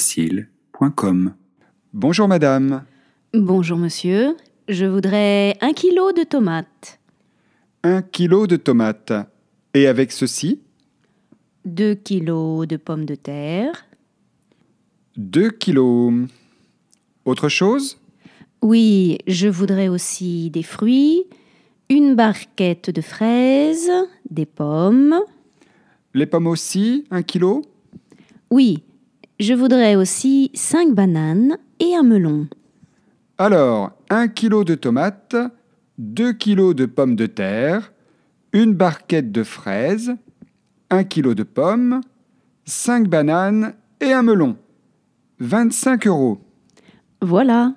podcastfrancaisfacile.com. Bonjour madame, Bonjour monsieur, je voudrais un kilo de tomates, un kilo de tomates. Et avec ceci, deux kilos de pommes de terre. deux kilos. Autre chose Oui, je voudrais aussi des fruits, une barquette de fraises, des pommes. Les pommes aussi, un kilo Oui, je voudrais aussi cinq bananes et un melon. Alors, un kilo de tomates, deux kilos de pommes de terre, une barquette de fraises, un kilo de pommes, cinq bananes et un melon. 25 euros. Voilà.